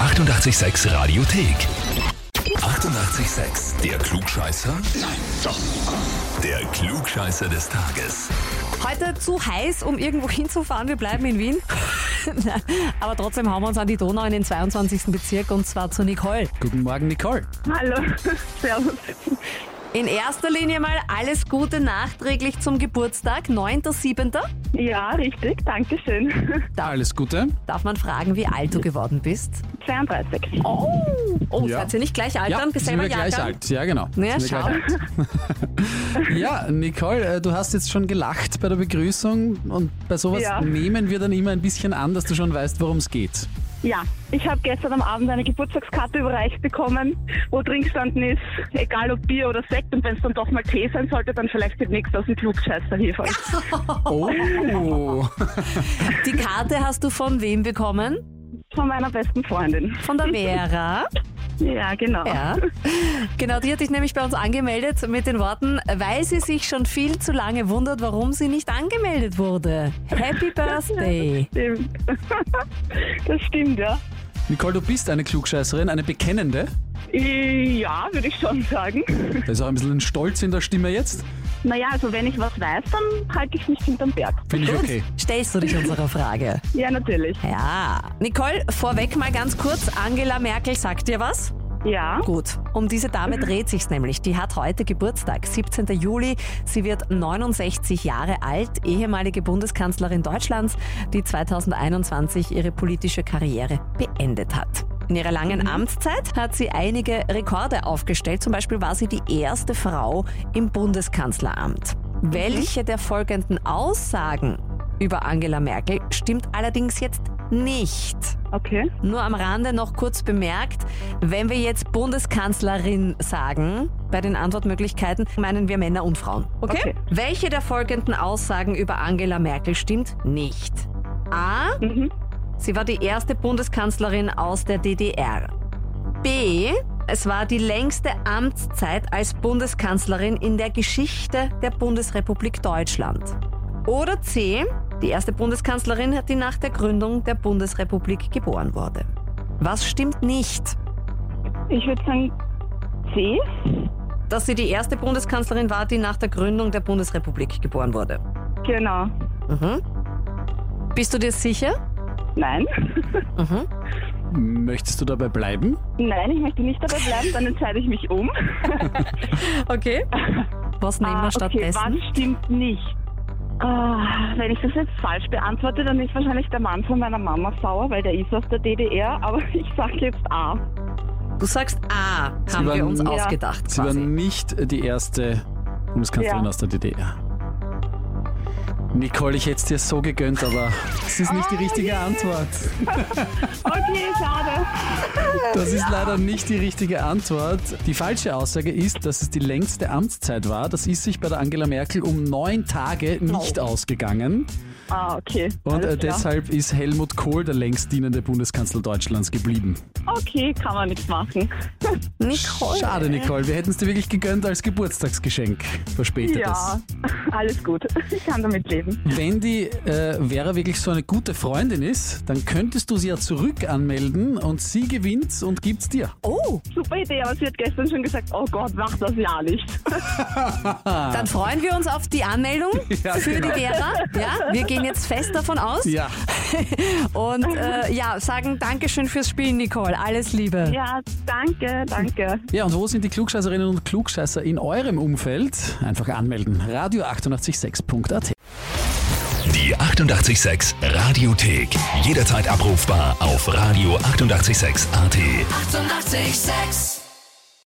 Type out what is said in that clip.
886 Radiothek. 88,6. Der Klugscheißer? Nein, doch. Der Klugscheißer des Tages. Heute zu heiß, um irgendwo hinzufahren. Wir bleiben in Wien. Nein, Aber trotzdem hauen wir uns an die Donau in den 22. Bezirk und zwar zu Nicole. Guten Morgen, Nicole. Hallo, servus. In erster Linie mal alles Gute nachträglich zum Geburtstag, 9.7. Ja, richtig, danke schön. Alles Gute. Darf man fragen, wie alt du geworden bist? 32. Oh, oh Ja. seid ihr nicht gleich alt dann? Bist sind selber wir gleich Jahrgang? alt. Ja, genau. Naja, Sind wir schau. gleich alt. ja, Nicole, äh, du hast jetzt schon gelacht bei der Begrüßung und bei sowas Ja. nehmen wir dann immer ein bisschen an, dass du schon weißt, worum es geht. Ja, ich habe gestern am Abend eine Geburtstagskarte überreicht bekommen, wo drin gestanden ist, egal ob Bier oder Sekt und wenn es dann doch mal Tee sein sollte, dann vielleicht demnächst aus dem Klugscheißer hier von. Oh, Die Karte hast du von wem bekommen? Von meiner besten Freundin. Von der Vera. Ja, genau. Ja. Genau, die hat dich nämlich bei uns angemeldet mit den Worten, weil sie sich schon viel zu lange wundert, warum sie nicht angemeldet wurde. Happy Birthday! Stimmt. Das stimmt, ja. Nicole, du bist eine Klugscheißerin, eine Bekennende. Äh, Ja, würde ich schon sagen. Da ist auch ein bisschen ein Stolz in der Stimme jetzt. Naja, also wenn ich was weiß, dann halte ich mich hinterm Berg. Finde ich okay. Stellst du dich unserer Frage? Ja, natürlich. Ja. Nicole, vorweg mal ganz kurz, Angela Merkel sagt dir was? Ja. Gut, um diese Dame dreht sich's nämlich. Die hat heute Geburtstag, 17. Juli. Sie wird 69 Jahre alt, ehemalige Bundeskanzlerin Deutschlands, die 2021 ihre politische Karriere beendet hat. In ihrer langen Amtszeit hat sie einige Rekorde aufgestellt. Zum Beispiel war sie die erste Frau im Bundeskanzleramt. Welche der folgenden Aussagen über Angela Merkel stimmt allerdings jetzt nicht? Okay. Nur am Rande noch kurz bemerkt, wenn wir jetzt Bundeskanzlerin sagen, bei den Antwortmöglichkeiten meinen wir Männer und Frauen. Okay? Okay. Welche der folgenden Aussagen über Angela Merkel stimmt nicht? A. Mhm. Sie war die erste Bundeskanzlerin aus der DDR. B. Es war die längste Amtszeit als Bundeskanzlerin in der Geschichte der Bundesrepublik Deutschland. Oder C. Die erste Bundeskanzlerin, die nach der Gründung der Bundesrepublik geboren wurde. Was stimmt nicht? Ich würde sagen C. Dass sie die erste Bundeskanzlerin war, die nach der Gründung der Bundesrepublik geboren wurde. Genau. Mhm. Bist du dir sicher? Nein. Mhm. Möchtest du dabei bleiben? Nein, ich möchte nicht dabei bleiben, dann entscheide ich mich um. Okay. Was nehmen wir Ah, okay, stattdessen? was stimmt nicht? Ah, wenn ich das jetzt falsch beantworte, dann ist wahrscheinlich der Mann von meiner Mama sauer, weil der ist aus der DDR, aber ich sage jetzt A. Du sagst A, Sie haben wir waren- uns Ja. ausgedacht. Sie war quasi. nicht die erste Bundeskanzlerin Ja. aus der DDR. Nicole, ich hätte es dir so gegönnt, aber es ist nicht die richtige Antwort. Okay, schade. Das ist leider nicht die richtige Antwort. Die falsche Aussage ist, dass es die längste Amtszeit war. Das ist sich bei der Angela Merkel um neun Tage nicht ausgegangen. Ah, okay. Und äh, Oh. alles klar. deshalb ist Helmut Kohl der längst dienende Bundeskanzler Deutschlands geblieben. Okay, kann man nichts machen. Nicole. Schade, Nicole. Wir hätten es dir wirklich gegönnt als Geburtstagsgeschenk. Verspätetes. Ja, alles gut. Ich kann damit leben. Wenn die äh, Vera wirklich so eine gute Freundin ist, dann könntest du sie ja zurück anmelden und sie gewinnt und gibt's dir. Oh, Super Idee, aber sie hat gestern schon gesagt, oh Gott, mach das ja nicht. dann freuen wir uns auf die Anmeldung Ja, für genau. die Vera. Ja, wir gehen jetzt fest davon aus. Ja, Und äh, ja, sagen Dankeschön fürs Spielen, Nicole. Alles Liebe. Ja, danke, danke. ja und wo sind die Klugscheißerinnen und Klugscheißer in eurem Umfeld? Einfach anmelden. Radio886.at. Die 88,6 Radiothek. Jederzeit abrufbar auf radio886.at. 88,6. Eighty-eight, sex.